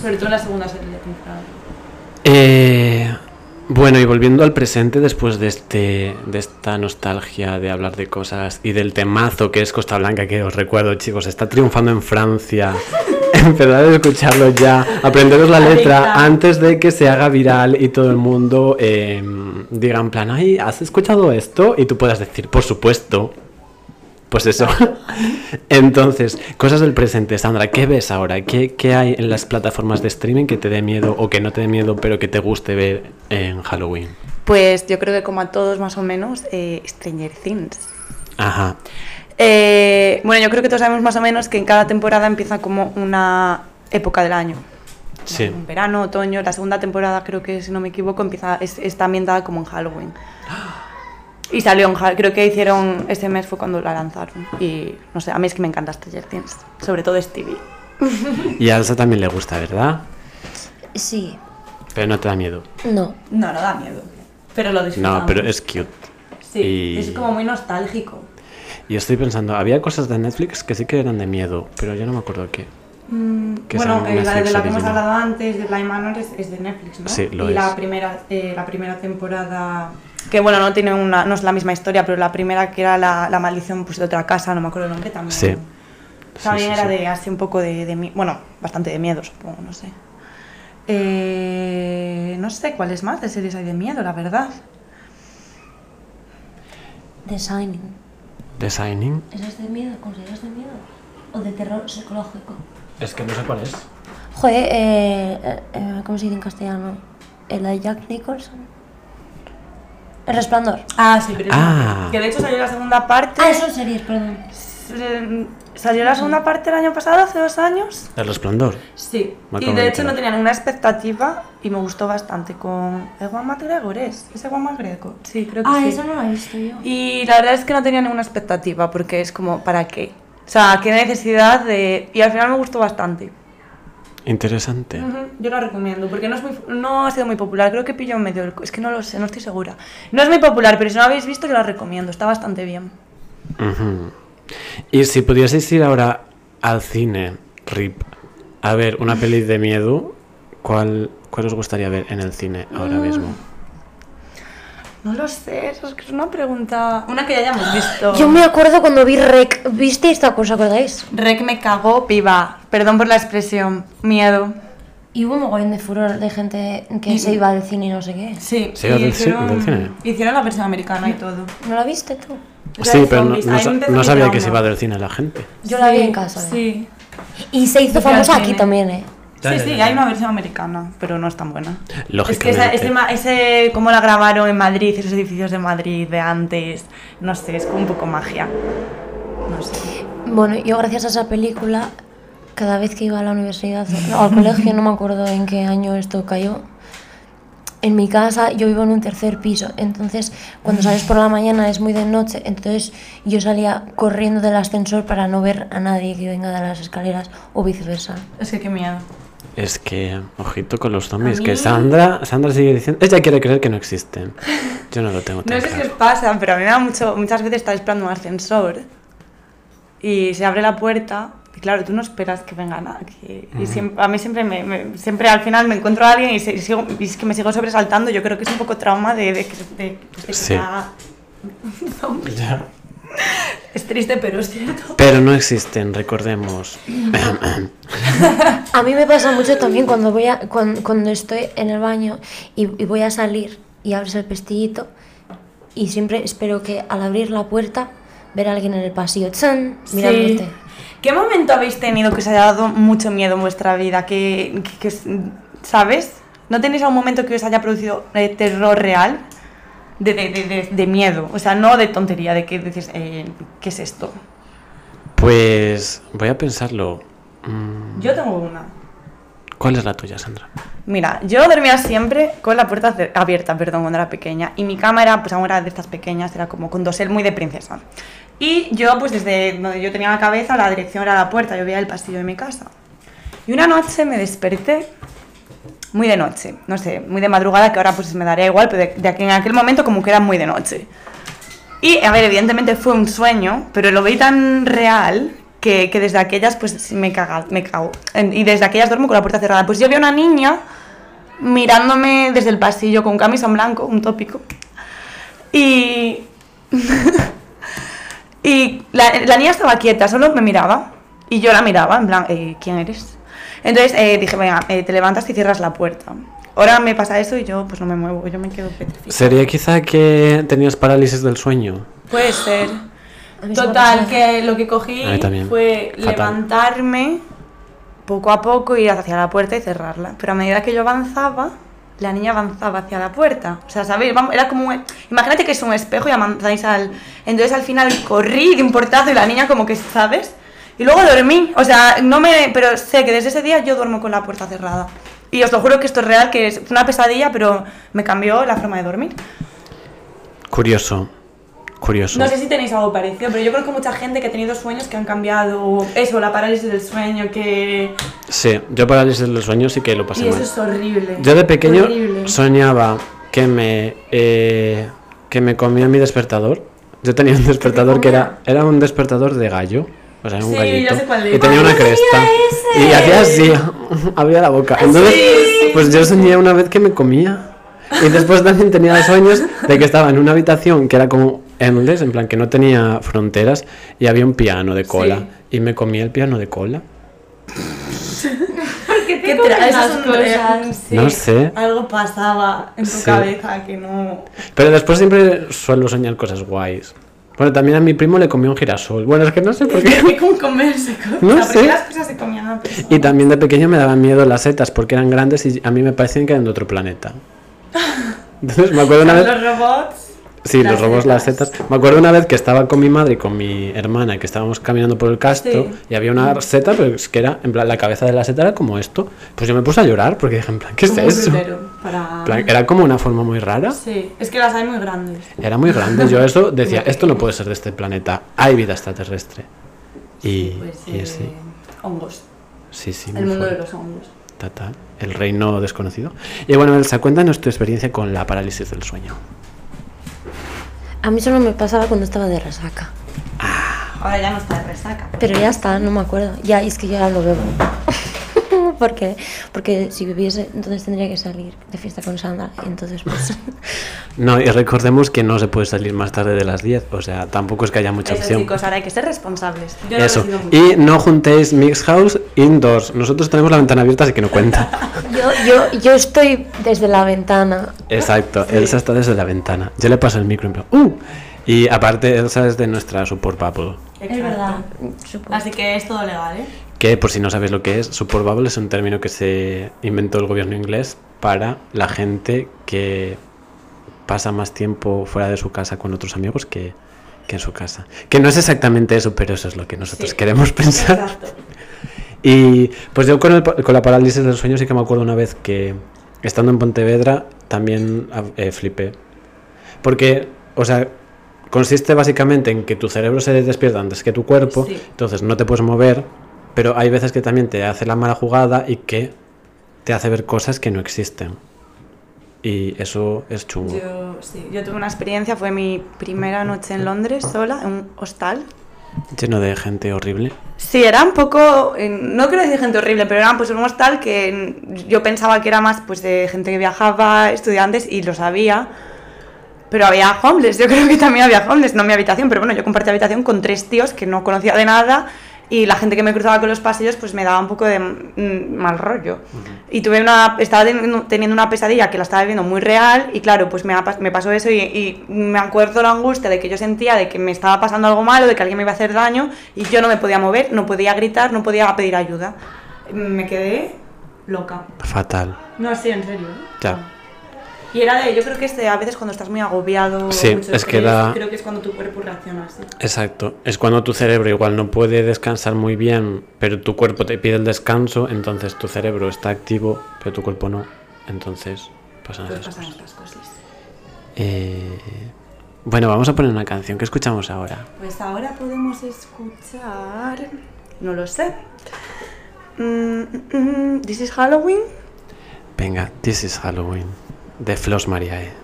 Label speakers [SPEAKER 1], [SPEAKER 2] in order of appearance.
[SPEAKER 1] Sobre todo en la segunda serie de temporada.
[SPEAKER 2] Eh, bueno, y volviendo al presente, después de, este, de esta nostalgia de hablar de cosas y del temazo que es Costa Blanca, que os recuerdo, chicos, está triunfando en Francia. Empezad a escucharlo ya, aprenderos la letra
[SPEAKER 1] Venga.
[SPEAKER 2] antes de que se haga viral y todo el mundo eh, diga en plan, ay, ¿has escuchado esto? Y tú puedas decir, por supuesto. Pues eso. Entonces, cosas del presente, Sandra, ¿qué ves ahora? ¿Qué, qué hay en las plataformas de streaming que te dé miedo o que no te dé miedo, pero que te guste ver en Halloween?
[SPEAKER 3] Pues yo creo que como a todos más o menos, eh, Stranger Things.
[SPEAKER 2] Ajá.
[SPEAKER 3] Eh, bueno, yo creo que todos sabemos más o menos que en cada temporada empieza como una época del año.
[SPEAKER 2] Sí.
[SPEAKER 3] Un verano, otoño, la segunda temporada creo que si no me equivoco empieza es, está ambientada como en Halloween. Y salió en Hall- creo que hicieron ese mes fue cuando la lanzaron y no sé, a mí es que me encanta Stranger Things, sobre todo Stevie.
[SPEAKER 2] Y a Elsa también le gusta, ¿verdad?
[SPEAKER 4] Sí.
[SPEAKER 2] Pero no te da miedo.
[SPEAKER 4] No.
[SPEAKER 1] No, no da miedo. Pero lo disfrutamos.
[SPEAKER 2] No, pero es cute.
[SPEAKER 1] Sí,
[SPEAKER 2] y-
[SPEAKER 1] es como muy nostálgico.
[SPEAKER 2] Y estoy pensando, había cosas de Netflix que sí que eran de miedo, pero yo no me acuerdo qué.
[SPEAKER 3] Mm,
[SPEAKER 2] Que
[SPEAKER 1] bueno,
[SPEAKER 2] sale en
[SPEAKER 1] eh, la de
[SPEAKER 2] Netflix
[SPEAKER 1] la que hemos
[SPEAKER 2] original.
[SPEAKER 1] hablado antes, de Blind Manor, es, es de Netflix, ¿no?
[SPEAKER 2] Sí, lo
[SPEAKER 1] y
[SPEAKER 2] es.
[SPEAKER 1] La primera, eh, la primera temporada...
[SPEAKER 3] Que bueno, no tiene una no es la misma historia, pero la primera que era la, la maldición pues de otra casa, no me acuerdo el nombre también.
[SPEAKER 2] Sí. Sí,
[SPEAKER 3] También
[SPEAKER 2] sí,
[SPEAKER 3] era
[SPEAKER 2] sí.
[SPEAKER 3] de así un poco de, de mi- bueno, bastante de miedo, supongo, no sé. Eh, no sé cuáles más de series hay de miedo, la verdad.
[SPEAKER 4] The Shining.
[SPEAKER 2] The Signing.
[SPEAKER 4] ¿Eso es de miedo? ¿Consideras de miedo? ¿O de terror psicológico?
[SPEAKER 2] Es que no sé cuál es.
[SPEAKER 4] Joder, eh, eh, eh, ¿cómo se dice en castellano? ¿El de Jack Nicholson? El resplandor.
[SPEAKER 1] Ah, sí, pero...
[SPEAKER 2] Ah.
[SPEAKER 1] Que de hecho salió la segunda parte...
[SPEAKER 4] Ah, son series, perdón.
[SPEAKER 3] Eh, Salió la segunda parte el año pasado, hace dos años.
[SPEAKER 2] El resplandor.
[SPEAKER 1] Sí.
[SPEAKER 2] Me
[SPEAKER 3] Y
[SPEAKER 2] acabo
[SPEAKER 3] de
[SPEAKER 2] de
[SPEAKER 3] hecho no
[SPEAKER 2] enterar.
[SPEAKER 3] tenía ninguna expectativa y me gustó bastante con Ewan McGregor, ¿es? ¿Es Ewan McGregor? Sí, creo que
[SPEAKER 4] Ah,
[SPEAKER 3] sí.
[SPEAKER 4] eso no lo he visto yo.
[SPEAKER 3] Y la verdad es que no tenía ninguna expectativa porque es como, ¿para qué? O sea, qué necesidad de... Y al final me gustó bastante.
[SPEAKER 2] Interesante.
[SPEAKER 3] Ujú, Yo la recomiendo porque no, es muy, no ha sido muy popular. Creo que pillo en medio. del co- Es que no lo sé, no estoy segura. No es muy popular, pero si no la habéis visto, yo la recomiendo. Está bastante bien.
[SPEAKER 2] Ujú. Y si pudieseis ir ahora al cine, RIP, a ver una peli de miedo, ¿cuál, cuál os gustaría ver en el cine
[SPEAKER 1] Mm,
[SPEAKER 2] ahora mismo?
[SPEAKER 3] No lo sé, eso es que es una pregunta.
[SPEAKER 1] Una que ya hayamos visto.
[SPEAKER 4] Yo me acuerdo cuando vi Rec. ¿Viste esta cosa, acordáis?
[SPEAKER 3] Rec me cagó piba. Perdón por la expresión. Miedo.
[SPEAKER 4] Y hubo un mogollón de furor de gente que se iba del cine y no sé qué.
[SPEAKER 1] Sí,
[SPEAKER 2] Sí,
[SPEAKER 1] y
[SPEAKER 2] del ci-
[SPEAKER 1] hicieron,
[SPEAKER 2] del cine.
[SPEAKER 1] hicieron la versión americana y todo.
[SPEAKER 4] ¿No la viste tú?
[SPEAKER 1] O sea,
[SPEAKER 2] sí,
[SPEAKER 1] de
[SPEAKER 2] pero no,
[SPEAKER 1] zombies.
[SPEAKER 2] no
[SPEAKER 1] A mí
[SPEAKER 2] sa-
[SPEAKER 1] me empezó
[SPEAKER 2] no
[SPEAKER 1] mi
[SPEAKER 2] sabía que
[SPEAKER 1] trauma.
[SPEAKER 2] se iba del cine la gente.
[SPEAKER 4] Yo la vi
[SPEAKER 1] Sí,
[SPEAKER 4] en casa. ¿eh?
[SPEAKER 1] Sí.
[SPEAKER 4] Y se hizo
[SPEAKER 1] Yo fui al
[SPEAKER 4] famosa aquí
[SPEAKER 1] cine.
[SPEAKER 4] también, ¿eh?
[SPEAKER 2] Ya,
[SPEAKER 3] Sí,
[SPEAKER 2] ya,
[SPEAKER 3] sí,
[SPEAKER 2] ya.
[SPEAKER 3] hay una versión americana, pero no es tan buena.
[SPEAKER 1] Es que esa-
[SPEAKER 2] Lógicamente.
[SPEAKER 1] ese, ma- ese, cómo la grabaron en Madrid, esos edificios de Madrid de antes, no sé, es como un poco magia. No sé.
[SPEAKER 4] Bueno, yo gracias a esa película, cada vez que iba a la universidad o al colegio, no me acuerdo en qué año esto cayó, en mi casa yo vivo en un tercer piso, entonces cuando sales por la mañana es muy de noche, entonces yo salía corriendo del ascensor para no ver a nadie que venga de las escaleras o viceversa.
[SPEAKER 3] Es que qué miedo.
[SPEAKER 2] Es que, ojito con los zombies,
[SPEAKER 1] A
[SPEAKER 2] que
[SPEAKER 1] mí-
[SPEAKER 2] Sandra, Sandra sigue diciendo, ella quiere creer que no existen. Yo no lo tengo tan
[SPEAKER 3] No sé si os
[SPEAKER 2] claro.
[SPEAKER 3] pasa, pero a mí me da mucho. Muchas veces estás esperando un ascensor y se abre la puerta. Y claro, tú no esperas que venga nadie. Y siempre- a mí siempre, me, me- siempre al final me encuentro a alguien y, se- y sigo- y es que me sigo sobresaltando. Yo creo que es un poco trauma de, de que- de- pues, de que
[SPEAKER 2] Sí.
[SPEAKER 3] sea zombie.
[SPEAKER 2] Ya.
[SPEAKER 3] Es triste, pero es cierto.
[SPEAKER 2] Pero no existen, recordemos.
[SPEAKER 4] A mí me pasa mucho también cuando, voy a, cuan- cuando, estoy en el baño y, y voy a salir y abres el pestillito y siempre espero que al abrir la puerta ver a alguien en el pasillo, ¡chan! mirándote.
[SPEAKER 3] Sí. ¿Qué momento habéis tenido que os haya dado mucho miedo en vuestra vida? ¿Qué, qué- qué os- sabes ¿No tenéis algún momento que os haya producido eh, terror real? De, de- de- de- de miedo, o sea, no de tontería, de que dices, eh, ¿qué es esto?
[SPEAKER 2] Pues voy a pensarlo. Mm,
[SPEAKER 3] Yo tengo una.
[SPEAKER 2] ¿Cuál es la tuya, Sandra?
[SPEAKER 3] Mira, yo dormía siempre con la puerta cer- abierta, perdón, cuando era pequeña. Y mi cama era, pues aún era de estas pequeñas, era como con dosel muy de princesa. Y yo, pues desde donde yo tenía la cabeza, la dirección era la puerta, yo veía el pasillo de mi casa. Y una noche me desperté, muy de noche, no sé, muy de madrugada, que ahora pues me daría igual, pero de, de aqu- en aquel momento como que era muy de noche. Y, a ver, evidentemente fue un sueño, pero lo veí tan real que, que desde aquellas pues me, caga, me cago. En- Y desde aquellas duermo con la puerta cerrada. Pues yo vi a una niña mirándome desde el pasillo con camisa en blanco, un tópico. Y, y la, la niña estaba quieta, solo me miraba. Y yo la miraba, en plan, "Eh, ¿quién eres? Entonces eh, dije, venga, eh, te levantas y cierras la puerta. Ahora me pasa eso y yo pues no me muevo, yo me quedo petrificada.
[SPEAKER 2] ¿Sería quizá que tenías parálisis del sueño?
[SPEAKER 3] Puede ser.
[SPEAKER 4] A mí se me
[SPEAKER 3] Total,
[SPEAKER 4] pasa.
[SPEAKER 3] que lo que cogí
[SPEAKER 2] A mí también.
[SPEAKER 3] fue
[SPEAKER 2] Fatal.
[SPEAKER 3] levantarme poco a poco, ir hacia la puerta y cerrarla. Pero a medida que yo avanzaba, la niña avanzaba hacia la puerta. O sea, ¿sabéis? Vam- Era como... un- e- Imagínate que es un espejo y avanzáis al... Entonces al final corrí de un portazo y la niña como que, ¿sabes? Y luego dormí. O sea, no me... Pero sé que desde ese día yo duermo con la puerta cerrada. Y os lo juro que esto es real, que es una pesadilla, pero me cambió la forma de dormir.
[SPEAKER 2] Curioso. Curioso.
[SPEAKER 3] No sé si tenéis algo parecido, pero yo creo que mucha gente que ha tenido sueños que han cambiado eso, la parálisis del sueño, que...
[SPEAKER 2] Sí, yo parálisis del sueño sí que lo pasé
[SPEAKER 3] Y eso
[SPEAKER 2] mal.
[SPEAKER 3] es horrible.
[SPEAKER 2] Yo de pequeño
[SPEAKER 3] Horrible.
[SPEAKER 2] soñaba que me, eh, que me comía mi despertador. Yo tenía un despertador que era, era un despertador de gallo. O sea, un
[SPEAKER 3] Sí,
[SPEAKER 2] gallito.
[SPEAKER 3] ya sé cuál
[SPEAKER 2] y
[SPEAKER 3] digo.
[SPEAKER 2] tenía
[SPEAKER 3] ¡Ay,
[SPEAKER 2] una
[SPEAKER 3] yo tenía
[SPEAKER 2] cresta.
[SPEAKER 3] ese!
[SPEAKER 2] Y hacía así, abría la boca. Entonces, pues yo soñé una vez que me comía. Y después también tenía sueños de que estaba en una habitación que era como endless, en plan que no tenía fronteras, y había un piano de cola. Y me comía el piano de cola.
[SPEAKER 3] ¿Qué,
[SPEAKER 4] te comen las cosas?
[SPEAKER 2] No sé.
[SPEAKER 3] Algo pasaba en tu
[SPEAKER 2] Sí.
[SPEAKER 3] cabeza que no...
[SPEAKER 2] Pero después siempre suelo soñar cosas guays. Bueno, también a mi primo le comió un girasol. Bueno, es que no sé por qué.
[SPEAKER 3] ¿Qué con comerse cosas?
[SPEAKER 2] No
[SPEAKER 3] ¿Por qué
[SPEAKER 2] sé.
[SPEAKER 3] las cosas se comían a pesar?
[SPEAKER 2] Y también de pequeño me daban miedo las setas porque eran grandes y a mí me parecían que eran de otro planeta. Entonces me acuerdo una vez...
[SPEAKER 3] Los robots...
[SPEAKER 2] Sí,
[SPEAKER 3] las
[SPEAKER 2] los robos, las
[SPEAKER 3] setas.
[SPEAKER 2] setas. Me acuerdo una vez que estaba con mi madre y con mi hermana, que estábamos caminando por el castro
[SPEAKER 3] Sí.
[SPEAKER 2] y había una seta, pero es que era, en plan, la cabeza de la seta era como esto. Pues yo me puse a llorar porque dije, en plan, ¿qué es
[SPEAKER 3] como un
[SPEAKER 2] eso? En
[SPEAKER 3] lutero para...
[SPEAKER 2] plan, era como una forma muy rara.
[SPEAKER 3] Sí, es que las hay muy grandes.
[SPEAKER 2] Era muy grande. Yo eso decía, esto no puede ser de este planeta. Hay vida extraterrestre. Y,
[SPEAKER 3] Pues
[SPEAKER 2] y
[SPEAKER 3] eh,
[SPEAKER 2] sí,
[SPEAKER 3] hongos.
[SPEAKER 2] sí, sí. muy
[SPEAKER 3] El mundo de
[SPEAKER 2] fuerte.
[SPEAKER 3] los hongos.
[SPEAKER 2] Tata, el reino desconocido. Y bueno, Elsa, cuéntanos tu experiencia con la parálisis del sueño.
[SPEAKER 4] A mí solo me pasaba cuando estaba de resaca.
[SPEAKER 3] Ahora ya no está de resaca.
[SPEAKER 4] Pero ya está, no me acuerdo. Ya, y es que yo ya lo bebo. porque, porque si viviese, entonces tendría que salir de fiesta con Sandra. Y entonces, pues.
[SPEAKER 2] No, y recordemos que no se puede salir más tarde de las 10. O sea, tampoco es que haya mucha
[SPEAKER 3] Eso,
[SPEAKER 2] opción.
[SPEAKER 3] chicos, ahora hay que ser responsables. Yo no
[SPEAKER 2] Eso.
[SPEAKER 3] lo he sido mucho.
[SPEAKER 2] Y no juntéis Mix House indoors. Nosotros tenemos la ventana abierta, así que no cuenta.
[SPEAKER 4] yo, yo, yo estoy desde la ventana.
[SPEAKER 2] Exacto. Elsa está desde la ventana. Yo le paso el micro en plan, ¡uh! Y aparte, Elsa es de nuestra support bubble.
[SPEAKER 3] Exacto.
[SPEAKER 4] Supongo.
[SPEAKER 3] Así que es todo legal, ¿eh?
[SPEAKER 2] Que por si no sabéis lo que es, support bubble es un término que se inventó el gobierno inglés para la gente que pasa más tiempo fuera de su casa con otros amigos que, que en su casa. Que no es exactamente eso, pero eso es lo que nosotros
[SPEAKER 3] Sí,
[SPEAKER 2] queremos pensar.
[SPEAKER 3] Exacto.
[SPEAKER 2] Y pues yo con, el pa- con la parálisis del sueño sí que me acuerdo una vez que estando en Pontevedra también ah, eh, flipé. Porque, o sea, consiste básicamente en que tu cerebro se despierta antes que tu cuerpo,
[SPEAKER 3] Sí.
[SPEAKER 2] entonces no te puedes mover, pero hay veces que también te hace la mala jugada y que te hace ver cosas que no existen. Y eso es chungo.
[SPEAKER 3] Yo, sí, yo tuve una experiencia, fue mi primera noche en Londres sola, en un hostal.
[SPEAKER 2] Lleno de gente horrible.
[SPEAKER 3] Sí, era un poco, eh, no quiero decir gente horrible, pero era pues un hostal que mm, yo pensaba que era más pues de gente que viajaba, estudiantes, y lo sabía. Pero había homeless, yo creo que también había homeless, no en mi habitación, pero bueno, yo compartí habitación con tres tíos que no conocía de nada y la gente que me cruzaba con los pasillos pues me daba un poco de mm, mal rollo. Y tuve una, estaba teniendo, teniendo una pesadilla que la estaba viviendo muy real y claro, pues me, ha pas- me pasó eso y, y me acuerdo la angustia de que yo sentía de que me estaba pasando algo malo, de que alguien me iba a hacer daño y yo no me podía mover, no podía gritar, no podía pedir ayuda. Me quedé loca.
[SPEAKER 2] Fatal.
[SPEAKER 3] No, sí, en serio. ¿eh? Ah.
[SPEAKER 2] Ya.
[SPEAKER 3] Y era de, yo creo que es de, a veces cuando estás muy agobiado,
[SPEAKER 2] Sí,
[SPEAKER 3] mucho
[SPEAKER 2] es que
[SPEAKER 3] estrés,
[SPEAKER 2] da-
[SPEAKER 3] creo que es cuando tu cuerpo reacciona así.
[SPEAKER 2] Exacto, es cuando tu cerebro igual no puede descansar muy bien, pero tu cuerpo te pide el descanso, entonces tu cerebro está activo, pero tu cuerpo no, entonces pasan
[SPEAKER 3] Pues
[SPEAKER 2] esas
[SPEAKER 3] pasan
[SPEAKER 2] cosas.
[SPEAKER 3] estas cosas.
[SPEAKER 2] Eh, Bueno, vamos a poner una canción, ¿qué escuchamos ahora?
[SPEAKER 3] Pues ahora podemos escuchar... No lo sé. Mm, mm, mm, This is Halloween.
[SPEAKER 2] Venga, This is Halloween, de Flos Mariae.